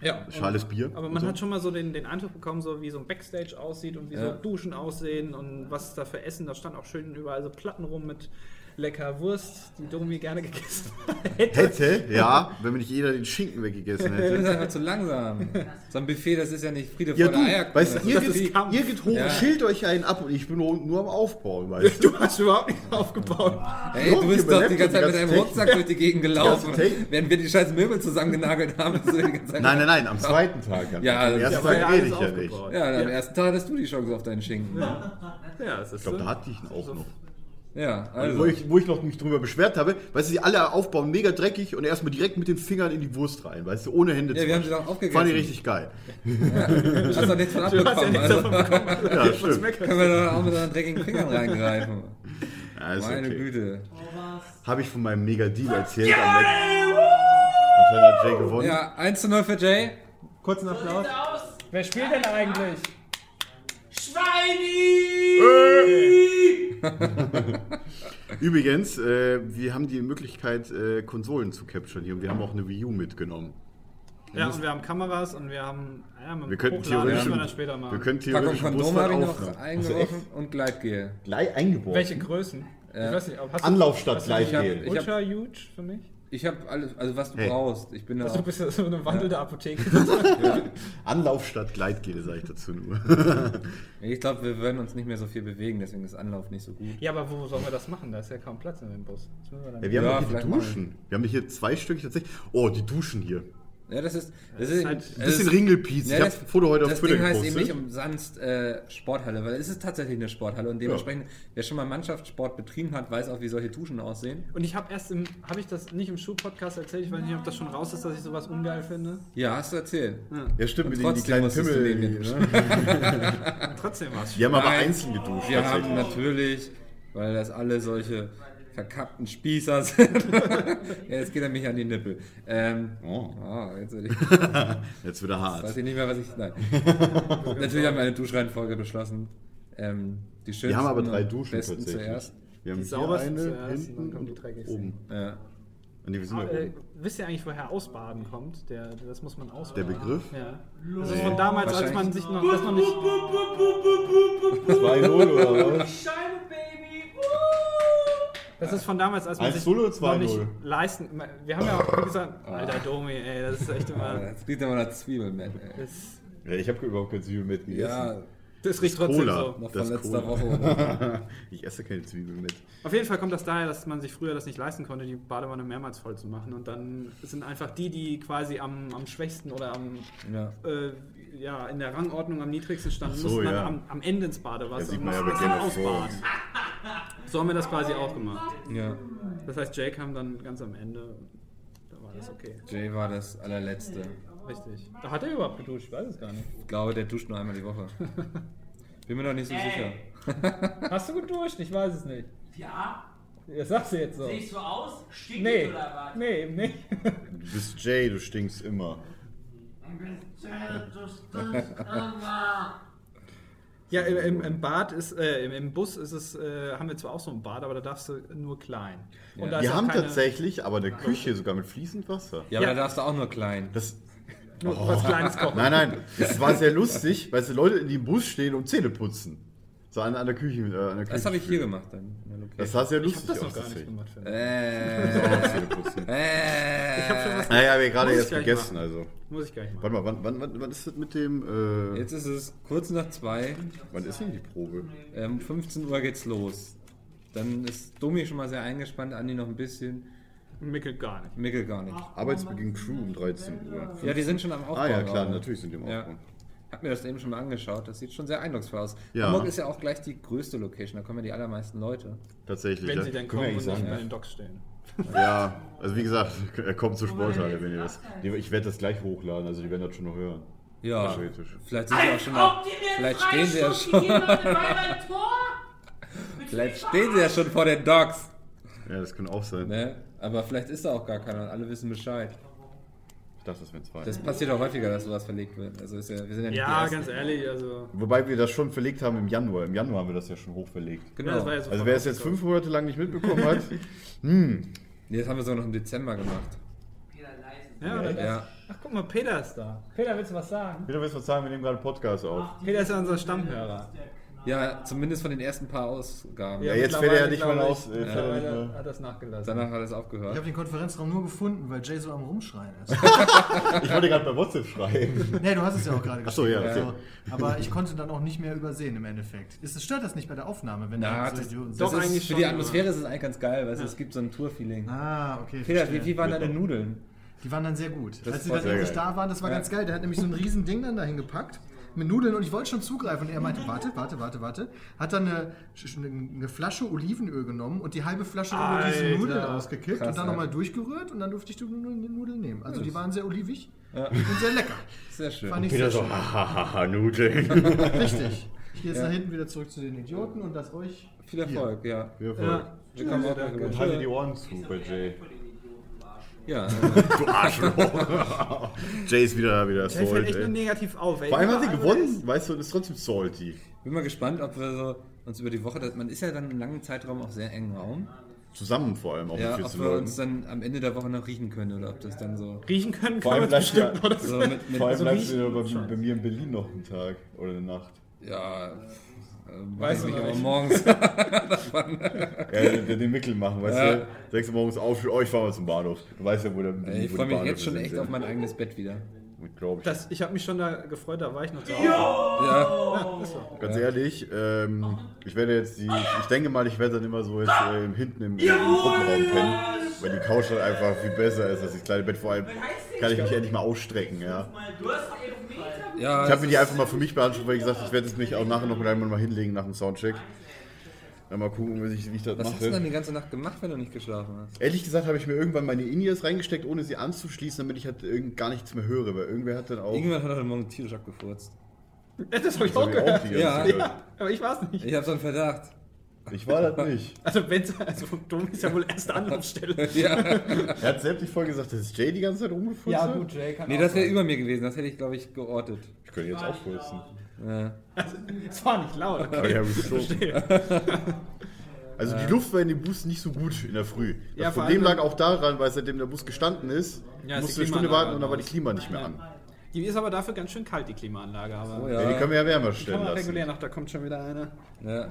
ja,
Schales Bier.
Aber
und
man
so.
hat schon mal so den, den Eindruck bekommen, so wie so ein Backstage aussieht und wie so
Ja.
Duschen aussehen und was ist da für Essen. Da stand auch schön überall so Platten rum mit lecker Wurst, die Domi gerne gegessen hätte.
Hätte, ja, wenn mir nicht jeder den Schinken weggegessen
das ist
hätte.
einfach zu langsam. So ein Buffet, das ist ja nicht Friede
Ja,
vor
du,
der Eierkuchen.
weißt
das
du,
ist
ihr
doch
geht,
Kampf.
ihr geht hoch,
Ja.
schilt euch einen ab und ich bin nur, nur am Aufbauen, weißt du?
Du hast überhaupt nicht aufgebaut.
Ey, du
Hier
bist
über
doch die
Laptop, die
ganze Zeit mit
ganze
deinem
Technik.
Rucksack durch die Gegend gelaufen,
Die ganze Technik.
während wir die scheiß Möbel zusammengenagelt haben. bist du die ganze Zeit-
Nein, nein, nein, am zweiten Tag. Am
Ja,
am
das-
ersten
war
Tag
alles
rede ich ja nicht.
aufgebaut.
Ich
Ja, am ersten Tag hattest du die Chance auf deinen Schinken. Ja,
Ja, es ist
glaube,
so.
da hatte ich ihn auch noch. Wo
also.
ich, wo ich noch mich drüber beschwert habe, weißt du, die alle aufbauen mega dreckig und erstmal direkt mit den Fingern in die Wurst rein, weißt du, ohne Hände
Ja, wir haben sie
waschen.
doch aufgegessen.
Fand ich richtig geil.
Hast doch nichts von
Du hast ja
abbekommen.
nichts
Also
davon bekommen.
Ja, stimmt.
können wir da auch mit unseren dreckigen Fingern reingreifen.
Ja, ist
Meine
okay.
Güte.
Habe ich von meinem Mega-Deal erzählt. Ja, hat Jay gewonnen.
Ja, 1 zu 0 für Jay.
Kurzen Applaus.
Aus!
Wer spielt denn eigentlich?
Schweini!
Übrigens, äh, wir haben die Möglichkeit, äh, Konsolen zu capturen hier und wir haben auch eine Wii U mitgenommen.
Ja, und wir haben Kameras und wir haben. Ja, mit
Wir könnten
Hochladen
theoretisch,
können wir dann später machen.
wir könnten
Packung
theoretisch einen
Kondome
Busfahrt
habe ich noch
aufnehmen.
eingeworfen und Gleitgel.
Gleich eingebaut.
Welche Größen? Ich weiß nicht, ob- hast du-
Anlauf statt
hast du
gleich
nicht
wählen.
Ich hab-
Ultra huge für mich?
Ich habe alles, also was du
Hey.
brauchst. Ich bin da.
Du bist ja so eine wandelnde Apotheke.
Anlauf statt Gleitgel, sage ich dazu nur.
Ich glaube, wir werden uns nicht mehr so viel bewegen, deswegen ist Anlauf nicht so gut.
Ja, aber wo sollen wir das machen? Da ist ja kaum Platz in dem Bus. Das müssen wir dann
Ja, wir haben
Ja,
doch hier
vielleicht
die Duschen. Wir haben hier zwei Stück tatsächlich. Oh, die Duschen hier.
Ja, das ist. Das ist
halt ein
Ein bisschen Ringelpiez.
Ja,
ich habe ein Foto heute auf
das
Twitter
Ding heißt eben nicht
gepostet.
umsonst äh, Sporthalle, weil es ist tatsächlich eine Sporthalle und dementsprechend, wer schon mal Mannschaftssport betrieben hat, weiß auch, wie solche Duschen aussehen.
Und ich habe erst im. Habe ich das nicht im Schuh-Podcast erzählt? Ich weiß nicht, ob das schon raus ist, dass ich sowas ungeil finde.
Ja, hast du erzählt.
Ja, stimmt, mit denen die
Trotzdem
kleinen
musstest du
Pimmel.
den
die-
jetzt-
Trotzdem war's.
Die haben aber
Nein.
einzeln geduscht.
Wir haben
tatsächlich.
natürlich, weil das alle solche verkappten Spießer sind. ja, jetzt geht er mich an die Nippel. Ähm,
Oh.
oh, jetzt werde ich,
Jetzt wieder
weiß
hart.
ich nicht mehr, was ich. Nein. Natürlich haben wir eine Duschreihenfolge beschlossen. Ähm, die schönsten
Wir haben aber drei
und
Duschen
besten
tatsächlich.
zuerst.
Wir haben hier
saubersten
eine,
zuerst und dann
hinten
kommen die
und
dreckigsten.
oben.
Ja.
Ah, Nee, wir sind
Ah,
ja
äh,
oben.
wisst ihr eigentlich, woher Ausbaden kommt? Der, das muss man
Der
ausbaden.
Begriff?
ja. Also Das ist von damals, als man sich noch, das noch nicht.
nicht.
2-0 oder was?
Scheine, Baby.
Das ist von damals, als man
1-0
sich
oder
noch nicht
2-0?
leisten. Wir haben ja auch gesagt,
Ah.
alter Domi, ey, das ist echt
Ah,
immer.
Jetzt riecht er mal nach Zwiebel, Matt. Ey.
Das,
Ja, ich habe überhaupt kein Zwiebel mit gegessen.
Ja,
das riecht trotzdem
Cola.
so.
noch von
ist
letzter
Cola.
Woche. Oder?
Ich esse keine Zwiebeln mit.
Auf jeden Fall kommt das daher, dass man sich früher das nicht leisten konnte, die Badewanne mehrmals voll zu machen. Und dann sind einfach die, die quasi am, am schwächsten oder am
ja.
äh, ja, in der Rangordnung am niedrigsten standen,
Ach so,
mussten dann
ja.
am, am Ende ins Badewasser
Das sieht
und
man ja bei
mussten
Game
das
of
ausbaden.
Thrones.
So haben wir das quasi auch gemacht.
ja.
Das heißt, Jay kam dann ganz am Ende. Da war das okay.
Jay war das allerletzte.
Richtig. Da hat er überhaupt geduscht, ich weiß es gar nicht.
Ich glaube, der duscht nur einmal die Woche. Bin mir noch nicht so sicher.
Ey.
Hast du geduscht? Ich weiß es nicht.
Ja,
Das sagst du jetzt so.
sehe ich so aus? Stinkig
Nee,
oder was?
nee, eben nicht.
Du bist Jay, du stinkst immer.
Ja, im, im, im Bad ist, äh, im, im Bus ist es, äh, haben wir zwar auch so ein Bad, aber da darfst du nur klein. Und da ist
Wir
auch
haben
keine-
tatsächlich aber eine Küche sogar mit fließend Wasser.
Ja, aber
Ja.
da darfst du auch nur klein.
Das,
nur was Kleines kochen.
Oh. nein, nein, es war sehr lustig, weil die Leute in die im Bus stehen und Zähne putzen. So an, an der Küche. Äh, an der
Das
Küche-
habe ich hier gemacht dann. in der Location.
Das sah sehr
Ich habe
lustig
das noch
aus.
gar nicht
tatsächlich.
gemacht. Finde.
Äh,
Auch Zähne putzen.
äh,
Ich habe schon was.
Naja, wir gerade
Muss ich
erst
gleich
gegessen, also.
Muss ich gleich machen.
Warte mal, wann, wann, wann, wann ist das mit dem. Äh,
Jetzt ist es kurz nach zwei.
Wann ist denn die Probe?
Ähm, 15 Uhr geht's los. Dann ist Domi schon mal sehr eingespannt, Andi noch ein bisschen,
Mickel gar nicht.
Mickel gar nicht.
Arbeitsbeginn Crew um 13 Uhr.
Ja, die sind schon am Aufbau.
Ah ja, klar,
gerade.
natürlich sind die im
Ja.
Aufbau.
Hab mir das eben schon mal angeschaut. Das sieht schon sehr eindrucksvoll aus.
Ja.
Hamburg ist ja auch gleich die größte Location. Da kommen ja die allermeisten Leute.
Tatsächlich.
Wenn
ja.
sie
Können
dann kommen
wir
und nicht
eigentlich sagen,
bei den Docks stehen.
Ja, also wie gesagt, er kommt zur Sporthalle, wenn ihr das. die- Ich werde das gleich hochladen, also die werden das schon noch hören.
Ja.
Theoretisch.
Vielleicht sind sie auch schon
Ob
da.
die mir
Vielleicht stehen
einen
sie ja
Freistoß gegeben
schon.
haben bei meinem Tor? Willst du
Vielleicht
mich
stehen sie ja schon vor den Dogs.
Ja, das kann auch sein.
Ne? Aber vielleicht ist da auch gar keiner und alle wissen Bescheid.
Ich dachte, das wären zwei.
Das passiert auch häufiger, dass sowas verlegt wird. Also ist ja, wir sind ja nicht die
Ja,
Ersten.
ganz ehrlich, also.
Wobei wir das schon verlegt haben im Januar. Im Januar haben wir das ja schon hochverlegt.
Genau.
Ja, das war ja so
Also wer es jetzt fünf Monate lang nicht mitbekommen hat,
nee, das haben wir sogar noch im Dezember gemacht.
Wieder leise.
Ja, oder das-
Ja.
Ach, guck mal, Peter ist da.
Peter, willst du was sagen?
wieder willst du sagen, wir nehmen gerade einen Podcast auf.
Peter ist ja unser Stammhörer.
ja, zumindest von den ersten paar Ausgaben.
Ja, jetzt fällt er ja nicht mal
mittlerweile,
aus. Äh, fällt er nicht
Mittlerweile
mal.
hat das nachgelassen.
Danach hat es
Ich habe
aufgehört.
den Konferenzraum nur gefunden, weil Jay so am Rumschreien ist.
Ich wollte gerade bei WhatsApp schreiben.
nee, du hast es ja auch gerade geschrieben. Also,
Ach so, ja, okay.
aber ich konnte dann auch nicht mehr übersehen im Endeffekt. Ist, es- stört das nicht bei der Aufnahme, wenn
Na,
da
das,
so Idioten
das
sind?
Doch,
ist,
eigentlich
für
schon,
die Atmosphäre ist es eigentlich ganz geil, weil es- es gibt so ein Tour-Feeling.
Ah, okay.
Peter, wie,
verstehe.
wie waren deine Nudeln?
Die waren dann sehr gut.
Das
Als sie
war
dann
sehr
endlich
geil.
da waren, das war
Ja.
ganz geil. Der hat nämlich so ein riesen Ding dann dahin gepackt mit Nudeln und ich wollte schon zugreifen. Und er meinte, warte, warte, warte, warte. Hat dann eine, eine Flasche Olivenöl genommen und die halbe Flasche über diese
Alter.
Nudeln ausgekippt
Krass,
und dann nochmal
Alter.
durchgerührt und dann durfte ich die Nudeln nehmen. Also die waren sehr olivig und sehr lecker.
Sehr schön.
Fand ich
Wieder so,
sehr schön.
hahaha, Nudeln.
Richtig. Ich gehe jetzt nach hinten wieder zurück zu den Idioten und lass euch.
Viel Erfolg, ja.
Wir
Ja.
Wir kommen auch danke.
Und halte die Ohren zu bei Jay.
Ja, also,
Du Arschloch. Jay ist wieder, wieder
Der fällt
salt,
echt nur
ey.
negativ auf. Ey.
Vor allem hat sie
Überall, wo
gewonnen, weißt du, und ist trotzdem salty.
bin mal gespannt, ob wir so uns über die Woche, das- man ist ja dann einen langen Zeitraum auf sehr engen Raum,
Zusammen vor allem, auch
ja,
mit
ob
14
wir
Leuten.
uns dann am Ende der Woche noch riechen können oder ob das dann so,
der ist. Riechen können
Vor
kann
allem
man bestimmt.
bleibt-
oder?
so mit, mit
Vor allem
Also
bleibst
wie
du bei, bei mir in Berlin noch einen Tag oder eine Nacht.
ja, äh, weiß
du
nicht,
noch
aber
nicht.
morgens.
Ja, den, den Mickel machen, weißt du? Sechs Uhr morgens aufstehen, oh, ich fahr mal zum Bahnhof. Du weißt ja, wo der wo
Ey, Ich
die
freue mich
Bahnhöfe
jetzt schon
sind,
echt
ja.
auf mein eigenes Bett wieder.
Glaub ich.
Das, ich habe mich schon da gefreut, da war ich noch zu Hause.
Ja,
Ganz ehrlich, ähm, ich werde jetzt die, ich denke mal, ich werde dann immer so jetzt äh, hinten im, im Gruppenraum pennen, weil die Couch halt einfach viel besser ist als das kleine Bett. Vor allem kann ich mich endlich mal ausstrecken, ja.
Du hast einen Meter.
ja
Ich habe mir die einfach mal für mich beansprucht, weil ich gesagt habe, ich werde es mich auch nachher noch mit einem mal hinlegen nach dem Soundcheck. Dann mal gucken, wie ich, wie ich das
was hast du denn
mache.
die ganze Nacht gemacht, wenn du nicht geschlafen hast?
Ehrlich gesagt habe ich mir irgendwann meine In-Ears reingesteckt, ohne sie anzuschließen, damit ich halt irgend gar nichts mehr höre, weil irgendwer hat dann auch...
Irgendwann hat heute Morgen tierisch abgefurzt.
Das habe ich
Das
auch
hab ich
gehört.
auch die ganze
Ja.
Zeit.
Aber ich war es nicht.
Ich habe so einen Verdacht.
Ich war das nicht.
Also, wenn's, also Domi ist ja wohl erste Anlaufstelle.
ja.
Er hat selbst nicht voll gesagt, das ist Jay die ganze Zeit rumgefurzt.
Ja,
hat?
gut, Jay kann
Nee,
auch
das wäre
sein.
über mir gewesen. Das hätte ich, glaube ich, geortet.
Ich könnte jetzt auch furzen.
Es war nicht laut.
Aber ich habe gestoßen. Also die Luft war in dem Bus nicht so gut in der Früh. Das
Ja, vor
Problem
allem-
lag auch daran, weil seitdem der Bus gestanden ist,
Ja, ist
musste
die
eine Stunde
Klimaanlage
warten und dann war die
aus.
Klima nicht mehr an.
Die ist aber dafür ganz schön kalt, die Klimaanlage. Aber
Oh,
ja.
Ja, die können wir ja wärmer
Kann
stellen
man
lassen.
regulär nach, da kommt schon wieder einer.
Ja.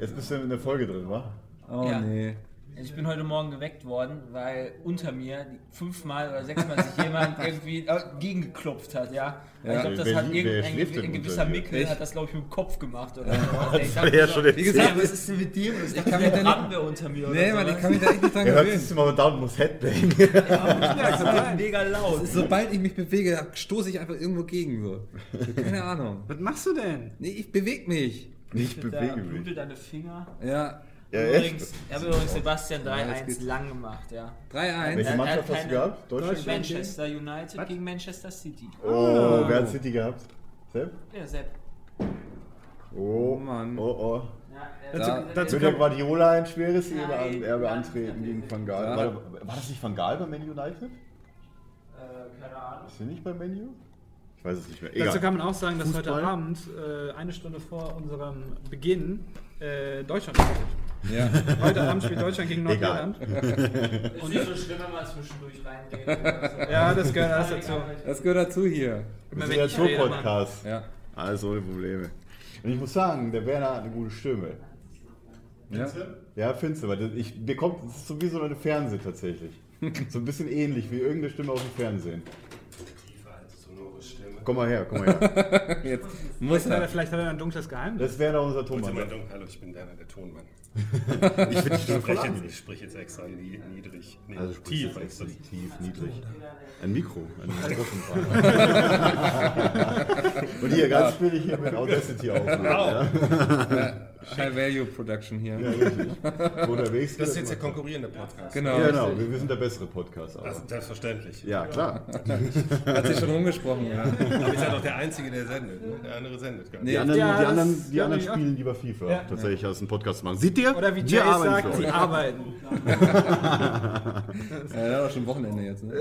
Jetzt bist du in der Folge drin, wa?
Oh
Ja.
nee.
Ich bin heute Morgen geweckt worden, weil unter mir die- fünfmal oder sechsmal sich jemand irgendwie äh, gegengeklopft hat, ja. ich glaube, das
Wer
hat
lie- wer
irgendein
schläft
gew-
denn
ein
unter
gewisser
dir?
Mickel hat das, glaube ich, mit dem Kopf gemacht oder so. Also Ich dachte
Ja,
so,
schon
Wie
jetzt.
gesagt,
was ist denn mit dir? los? Ich dachte,
mir
der
da
Brand wäre unter mir
nee,
oder
Mann,
so.
ich kann mich da echt nicht dran
Er hört
gewöhnen.
sich immer down, muss Headbang.
das ist mega laut.
Sobald ich mich bewege, stoße ich einfach irgendwo gegen. So. Keine Ahnung.
Was machst du denn?
Nee, ich bewege mich.
Nicht
Da
bewege mich.
blutet deine Finger.
Ja.
Ja,
übrigens,
echt?
ich habe übrigens Sebastian
jetzt
3-1
geht's.
lang gemacht, ja.
Welche
3-1.
Ja. er
Mannschaft
hat
hast du
keine-
gehabt? Deutschland?
Manchester United gegen Manchester City. Ah.
Oh, wer hat City gehabt? Sepp?
Ja, Sepp.
Oh,
Mann.
Oh, oh.
Ja,
Da-
ja,
dazu
Wird der Guardiola ein schweres Erbe,
Nein.
an, Erbe antreten gegen Van Gaal?
Ja.
War, war das nicht Van Gaal bei Man United?
äh, keine Ahnung.
Ist er nicht bei Man U? Ich weiß es nicht mehr.
Dazu
Egal.
kann man auch sagen, dass
Fußball.
heute Abend, äh, eine Stunde vor unserem Beginn, äh, Deutschland spielt.
Ja.
Heute Abend spielt Deutschland gegen
Egal.
Ist
Nordirland.
nicht so schlimm, wenn man zwischendurch reinredet. oder so.
Ja, das gehört alles dazu.
Das gehört dazu hier.
Wir
Immer
sind
wenn
der
ich rede,
Tour-Podcast.
Ja.
Alles ohne Probleme. Und ich muss sagen, der Werner hat eine gute Stimme.
ja.
Ja, findest du, weil das- ich, mir kommt, das ist so wie so eine Fernseh tatsächlich. So ein bisschen ähnlich wie irgendeine Stimme aus dem Fernsehen. Komm mal her, komm mal her.
Muss
Ja,
er.
vielleicht hat er ein dunkles Geheimnis.
Das wäre doch unser Thomas.
Hallo, ich bin Werner, der Tonmann.
Ich finde die Stimme voll an.
Ich sprich jetzt extra nie- niedrig. Nee,
Also tief,
extra.
tief, niedrig. Ein Mikro, ein Mikrofonfrage. Und hier, ganz billig hier mit Audacity aufnehmen.
Genau,
Ja.
High Value Production hier.
Unterwegs
Das ist
geht
jetzt der
immer.
konkurrierende Podcast.
Genau.
Ja, genau, wir wir sind der bessere Podcast.
Das
Auch.
ist selbstverständlich.
Ja, klar.
Hat sich schon rumgesprochen. Ja.
Aber ist ja doch der Einzige, der sendet. Ne? Der andere sendet gar nicht.
Die anderen,
Ja,
die
das-
anderen, die
ja,
anderen
ja.
spielen lieber FIFA,
Ja.
tatsächlich aus dem Podcast machen. Seht ihr?
Oder wie
Wir
Jay
arbeiten
sagt,
für
sie
euch.
arbeiten.
Ja, das war schon Wochenende jetzt. Ne?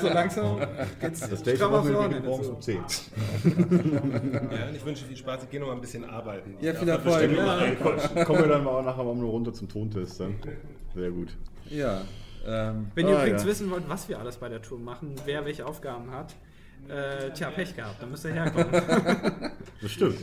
So langsam.
Das
Ich
Date
glaub,
machen wir
auch
beginnt
so.
morgens um 10.
Ja, und ich wünsche viel Spaß. Ich gehe noch mal ein bisschen arbeiten.
Ja, viel Erfolg. Ja.
Kommen wir dann mal auch nachher mal um eine Runde zum Tontest. Dann. Sehr gut.
ja. Ähm,
Wenn ihr
Ah,
übrigens
ja.
wissen wollt, was wir alles bei der Tour machen, wer welche Aufgaben hat, äh, tja, Pech gehabt, dann müsst ihr herkommen.
Das stimmt.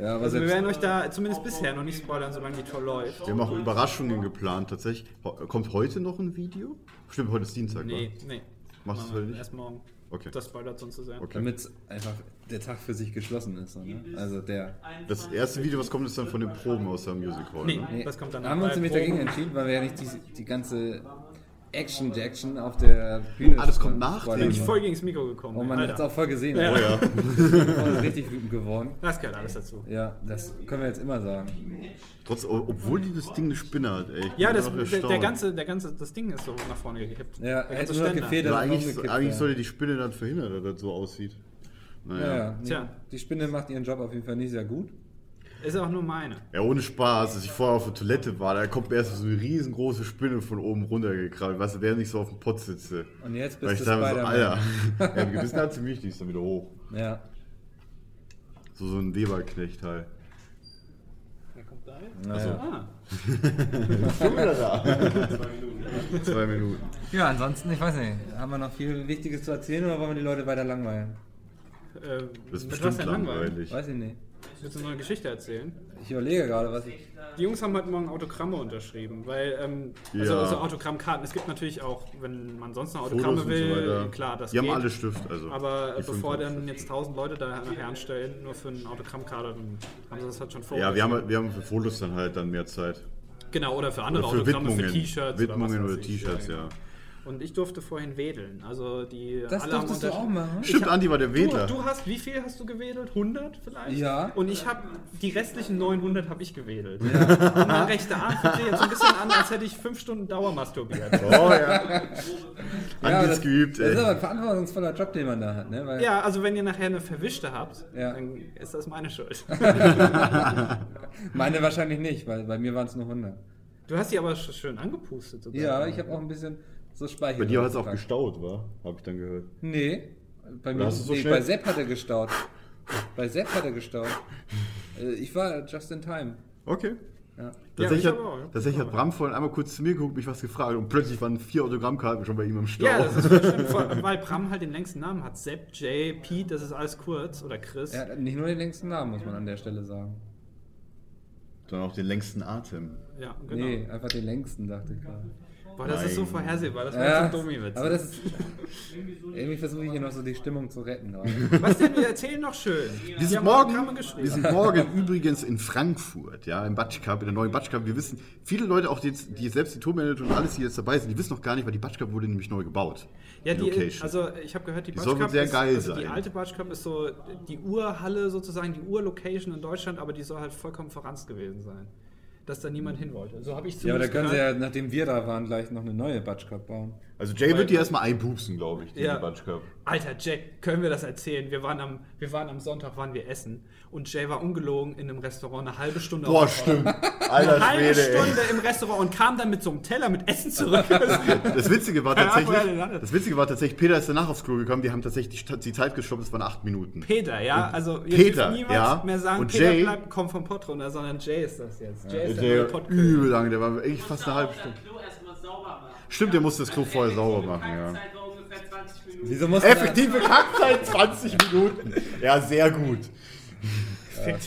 ja, aber
Also wir
selbst.
werden euch da zumindest bisher noch nicht spoilern, solange die Tour läuft.
Wir haben auch Überraschungen geplant, tatsächlich. Ho- Kommt heute noch ein Video? Stimmt, heute ist Dienstag,
Nee,
wa?
nee.
Machst du es heute nicht?
Erst morgen.
Okay.
Das spoilert sonst zu sehr.
Okay.
Damit einfach der Tag für sich geschlossen ist. So, ne? Also der.
Das erste Video, was kommt, ist dann von den Proben aus der Music Hall.
Nee,
Ne?
Nee,
das kommt dann
haben wir uns
bei
nämlich
Proben.
dagegen entschieden, weil wir ja nicht die, die ganze action jackson auf der Bühne
Ah, das kommt nach
spoilern
dem-
Ich bin
wollen.
voll gegen das Mikro gekommen.
Oh man,
Alter.
hat's auch voll gesehen.
Ja.
Ja.
Oh
Oh, ist richtig wütend geworden.
Das gehört alles dazu.
Ja, das können wir jetzt immer sagen.
Trotz, o- obwohl dieses Ding eine Spinne hat, ey. ich bin
Ja, das,
immer noch
der, der
erstaunt.
ganze, der ganze, das Ding ist so nach vorne gekippt.
Ja,
der
er hätte
ganze
nur noch
Ständer.
gefehlt, dass
Aber
es
Also eigentlich,
umgekippt
eigentlich
wäre.
sollte die Spinne dann verhindern, dass das so aussieht.
Ja,
Naja.
ja. Nee,
Tja.
Die Spinne macht ihren Job auf jeden Fall nicht sehr gut.
Ist auch nur meine.
Ja, ohne Spaß, als ich vorher auf der Toilette war, da kommt mir erst so eine riesengroße Spinne von oben runtergekrabbelt, weißt du, während ich so auf dem Pott sitze.
Und jetzt
Weil
bist
ich
du
da so, Alter,
Spider-Man.
ja, im Gewissen hat sie mich, die ist dann wieder hoch.
Ja.
So, so ein Weberknecht halt.
Naja.
Ah,
Schon wieder da. Zwei Minuten.
ja, ansonsten, ich weiß nicht, haben wir noch viel Wichtiges zu erzählen oder wollen wir die Leute weiter langweilen?
äh,
Das ist
mit was
bestimmt
denn langweilig?
langweilig.
Weiß ich nicht.
Willst du so eine Geschichte erzählen?
Ich überlege gerade, was ich.
Die Jungs haben heute Morgen Autogramme unterschrieben, weil, ähm, also,
Ja.
also Autogrammkarten, es gibt natürlich auch, wenn man sonst noch
Fotos
Autogramme
und
will,
so weiter.
klar, das
Die
geht.
haben alle Stift, also.
Aber äh,
die
bevor
fünf.
dann jetzt tausend Leute da nachher anstellen, nur für einen Autogrammkader, dann haben sie das halt schon vor.
Ja, wir haben, halt- wir haben für Fotos dann halt dann mehr Zeit.
Genau, oder für andere
Oder für
Autogramme,
Widmungen.
für T-Shirts.
Widmungen
was
oder
weiß ich.
T-Shirts, ja.
genau. Und ich durfte vorhin wedeln. Also die
Das
alle haben
durftest du
unterschied-
auch machen?
Stimmt, Andi war der Wedler.
Du, du hast, wie viel hast du gewedelt? 100 vielleicht?
Ja.
Und ich habe, die restlichen 900 habe ich gewedelt. Und mein rechter Arm fühlt sich jetzt so ein bisschen an, als hätte ich 5 Stunden Dauermasturbiert.
Oh ja. Andi
das,
ist geübt,
das ist aber
ey.
ein verantwortungsvoller Job, den man da hat, ne? Weil,
Ja, also wenn ihr nachher eine Verwischte habt,
Ja.
dann ist das meine Schuld.
Meine wahrscheinlich nicht, weil bei mir waren es nur 100.
Du hast die aber sch- schön angepustet sogar.
Ja, ich habe auch ein bisschen so Speichel.
Bei dir hat es auch
draufgepackt.
gestaut, war? Hab ich dann gehört.
Nee, bei mir
hast du so
nee,
schnell-
bei Sepp hat er gestaut. Bei Sepp hat er gestaut. Äh, Ich war just in time.
Okay.
Ja.
Tatsächlich,
Ja, ich
hat,
aber auch, ja.
tatsächlich hat Bram vorhin einmal kurz zu mir geguckt, mich was gefragt und plötzlich waren vier Autogrammkarten schon bei ihm im Stau.
Ja, das ist voll schön, vor- weil Bram halt den längsten Namen hat. Sepp, Jay, Pete, das ist alles kurz. Oder Chris.
Er hat nicht nur den längsten Namen, muss man an der Stelle sagen.
Dann auch den längsten Atem.
Ja, genau.
Nee, einfach den längsten, dachte ich gerade.
Boah, das ist so
Nein.
vorhersehbar. Das war
Ja,
jetzt ein Dummi-Witz.
aber das ist. Irgendwie versuche ich hier noch so die Stimmung zu retten. aber-
Was denn? Wir erzählen noch schön.
Wir sind, morgen, wir sind morgen übrigens in Frankfurt, ja, im Batschkap, in der neuen Batschkap. Wir wissen, viele Leute, auch die, jetzt, die selbst die Tourmanager und alles, die jetzt dabei sind, die wissen noch gar nicht, weil die Batschkap wurde nämlich neu gebaut.
Ja, die,
Location.
also ich habe gehört, die,
Die
Batsch
soll wohl
Cup
sehr
ist,
geil
also die
sein.
alte Batsch Cup ist so die Urhalle sozusagen, die Urlocation in Deutschland, aber die soll halt vollkommen verranzt gewesen sein. Dass da niemand hin wollte. So habe ich
Ja, aber da
zumindest
können sie
gehört.
ja, nachdem wir da waren, gleich noch eine neue Batschkap bauen.
Also Jay wird die erstmal einpupsen, glaube ich, die
Ja.
ja. Batschkap.
Alter, Jack, können wir das erzählen? Wir waren, am, wir waren am Sonntag, waren wir essen und Jay war ungelogen in einem Restaurant eine halbe Stunde
Boah,
auf der Fahrt.
stimmt. Alter
halbe
Schwede, ey.
Stunde im Restaurant und kam dann mit so einem Teller mit Essen zurück. Das-
Das Witzige war
Keine Ahnung, woher
tatsächlich,
der landet.
das Witzige war tatsächlich, Peter ist danach aufs Klo gekommen, wir haben tatsächlich die, die Zeit gestoppt, es waren acht Minuten.
Peter, ja, also jetzt
Peter,
wird niemand
ja.
mehr sagen,
Und
Peter
Jay-
bleibt, kommt vom Pott runter, sondern Jay ist das jetzt. Jay ist
Der
der neue
war
Pottkönig.
übel lang, der war eigentlich fast eine halbe
Auch
Stunde.
Das Klo erstmal sauber machen.
Stimmt, der musste das Klo vorher sauber machen,
Die
ja.
Zeit war ungefähr 20 Minuten.
Wieso muss
Effektive Kackzeit 20 Minuten. Ja, sehr gut.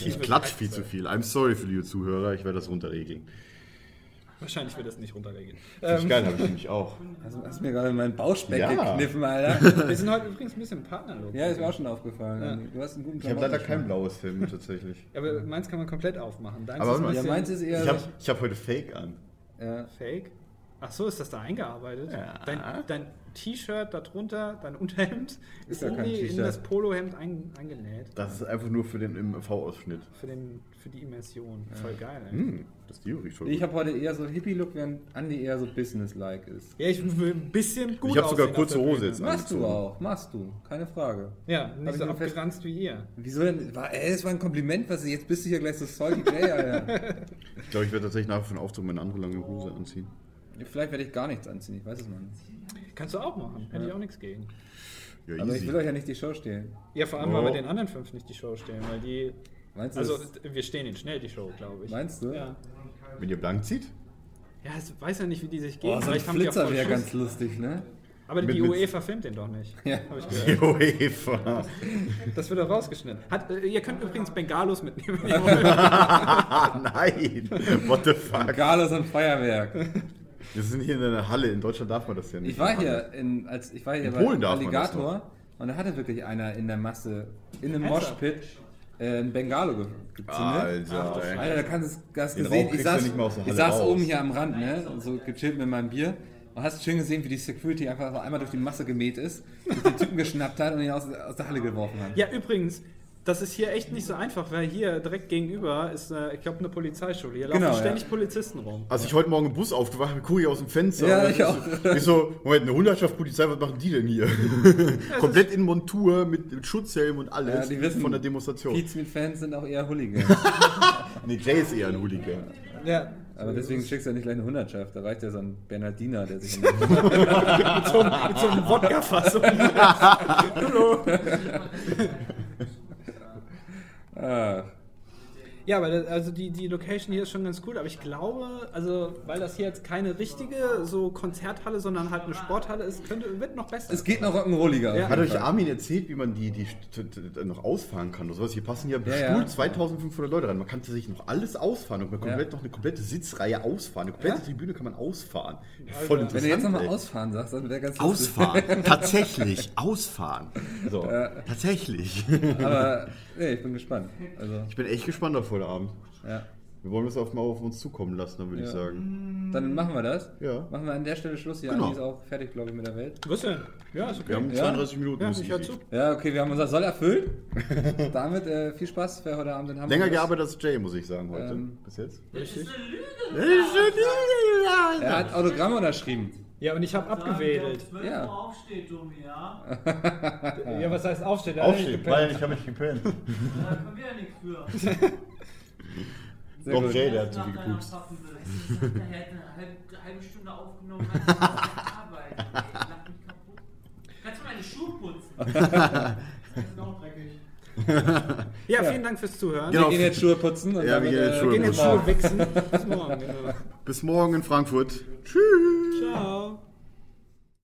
Ich klatsch viel zu viel. I'm sorry für die Zuhörer, ich werde das runterregeln.
Wahrscheinlich wird das nicht runtergehen.
Finde ich geil, habe ich nämlich auch.
Du hast mir gerade meinen Bauchspeck
Ja.
gekniffen, Alter.
Wir sind heute übrigens ein bisschen partnerlos.
Ja, ist mir auch schon aufgefallen. Andi. Du hast einen guten
Ich habe leider kein blaues Film tatsächlich.
Aber meins kann man komplett aufmachen. Deins
Aber
ist ein
warte
Ja,
mal.
bisschen
meins ist eher.
Ich habe ich hab heute Fake an.
ja.
fake. Ach so, ist das da eingearbeitet? Dein, dein T-Shirt darunter, dein Unterhemd ist
ja kein
irgendwie in
T-Shirt.
das Polohemd ein, eingenäht.
Das ist einfach nur für den MV-Ausschnitt.
Für, den, für die Immersion. Voll geil, ey.
Hm, das Deo riecht schon
Nee, Ich
gut.
habe heute eher so Hippie-Look, während Andi eher so Business-like ist.
Ja, ich will ein bisschen gut
Ich habe sogar
aussehen auf
kurze
der Bühne.
Hose jetzt
Machst du
angezogen.
auch, machst du, keine Frage.
Ja,
Hab
nicht
ich
so
mir fest-
abgeranzt wie ihr.
Wieso denn? War, ey, es war ein Kompliment, was jetzt bist du hier gleich so salty Jay, Alter.
Ich glaube, ich werde tatsächlich nachher von Aufzug meine andere lange Hose anziehen.
Vielleicht werde ich gar nichts anziehen, ich weiß es noch nicht.
Kannst du auch machen. Hätte ich auch nichts gegen.
Ja,
Aber ich will euch ja nicht die Show stehlen.
Ja, vor allem, weil wir
Oh.
den anderen fünf nicht die Show stellen, weil die.
Meinst du?
Also,
das,
wir stehen ihnen schnell die Show, glaube ich.
meinst du?
Ja.
Wenn ihr blank zieht?
Ja, ich weiß ja nicht, wie die sich gehen.
Boah, Oh, so ein
Vielleicht haben die ja
Flitzer
voll
wäre
Schiss.
ganz lustig, ne?
Aber die
Mit- mit-
UEFA filmt den doch nicht.
Ja.
Hab ich gehört.
Jo, Eva.
Das wird doch rausgeschnitten. Hat, äh, ihr könnt übrigens Bengalos mitnehmen.
Nein. What the fuck?
Carlos am Feuerwerk.
Wir sind hier in einer Halle. In Deutschland darf man das ja nicht.
Ich war hier in, als ich war hier
In
bei
Polen darf man das
Alligator und da hatte wirklich einer in der Masse, in einem
Ernsthaft?
Moshpit, äh, ein Bengalo ge- gezündet.
Ah, Alter, ey.
Alter, da kannst du das
Den Rauch
gesehen. Ich
kriegst du
saß,
nicht mal aus der
ich
Halle
saß
raus.
oben hier am Rand, ne? So gechillt mit meinem Bier. Und hast schön gesehen, wie die Security einfach so einmal durch die Masse gemäht ist, sich den Typen geschnappt hat und ihn aus, aus der Halle geworfen hat.
ja, übrigens, das ist hier echt nicht so einfach, weil hier direkt gegenüber ist, äh, ich glaube, eine Polizeischule. Hier laufen
Genau, ja.
ständig Polizisten rum.
Als Also ich heute Morgen im Bus aufgewacht habe, gucke ich aus dem Fenster.
Ja,
und dann
ich
ist
auch.
So, ich so, Moment, eine Hundertschaft Polizei, was machen die denn hier? Komplett in Montur, mit, mit Schutzhelm und alles. von der Demonstration.
Pizza mit Fans sind auch eher Hooligans.
Nee, Jay ist eher ein Hooligan.
Ja.
Aber deswegen schickst du ja nicht gleich eine Hundertschaft. Da reicht ja so ein Bernardiner, der sich.
Mit so, mit so einem Wodka-Fassung.
Ach,
Ja, aber das, also die, die Location hier ist schon ganz cool, aber ich glaube, also weil das hier jetzt keine richtige so Konzerthalle, sondern halt eine Sporthalle ist, könnte, wird noch besser.
es geht noch Rock'n'Rolliger.
Ja.
Hat euch Armin erzählt, wie man die, die t- t- noch ausfahren kann oder sowas? Hier passen ja bestimmt
ja.
2500 Leute rein. Man kann sich noch alles ausfahren und man komplett
Ja.
noch eine komplette Sitzreihe ausfahren. Eine komplette
Ja?
Tribüne kann man ausfahren. Voll interessant.
Wenn du jetzt nochmal
ey.
ausfahren sagst, dann wäre ganz lustig.
Ausfahren. tatsächlich. Ausfahren. So. Tatsächlich.
Aber nee, ich bin gespannt. Also,
Ich bin echt gespannt auf heute Abend.
ja.
Wir wollen das auf mal auf uns zukommen lassen, dann würde
Ja.
ich sagen.
Dann machen wir das.
Ja.
Machen wir an der Stelle Schluss. Ja,
Genau.
die ist auch fertig, glaube ich, mit der Welt.
Was denn? Ja, ist okay.
Wir haben
Ja.
32 Minuten.
Ja,
ist
ich hör
easy.
zu.
Ja, okay, wir haben unser Soll erfüllt. Damit äh, viel Spaß für heute Abend in Hamburg.
Länger gearbeitet als Jay, muss ich sagen, heute.
Ähm.
Bis jetzt.
Er hat Autogramme unterschrieben.
Ja, und ich habe abgewedelt.
Ja.
Ja. Aufsteht, Dummi, ja. Da
Ah.
Ja, was heißt aufstehen? Da hat er nicht
Aufstehen,
gepennt.
weil ich habe nicht gepennt.
können wir ja nichts für.
Sehr
Doch,
gut.
Jay, der hat zu
Nach
viel
deiner
gepupst.
Pfaffenwelt. Ich dachte, er hätte eine halbe, halbe Stunde aufgenommen, hat noch auf der Arbeit. Ey, lach mich kaputt. Kannst du meine Schuhe putzen? Das ist noch dreckig.
Ja, vielen Dank fürs Zuhören.
Genau.
Wir gehen jetzt Schuhe putzen. Und
Ja, wir
damit,
gehen jetzt
äh,
Schuhe
Wir gehen
putzen.
jetzt schon wichsen. Bis morgen. Genau.
Bis morgen in Frankfurt. Tschüss.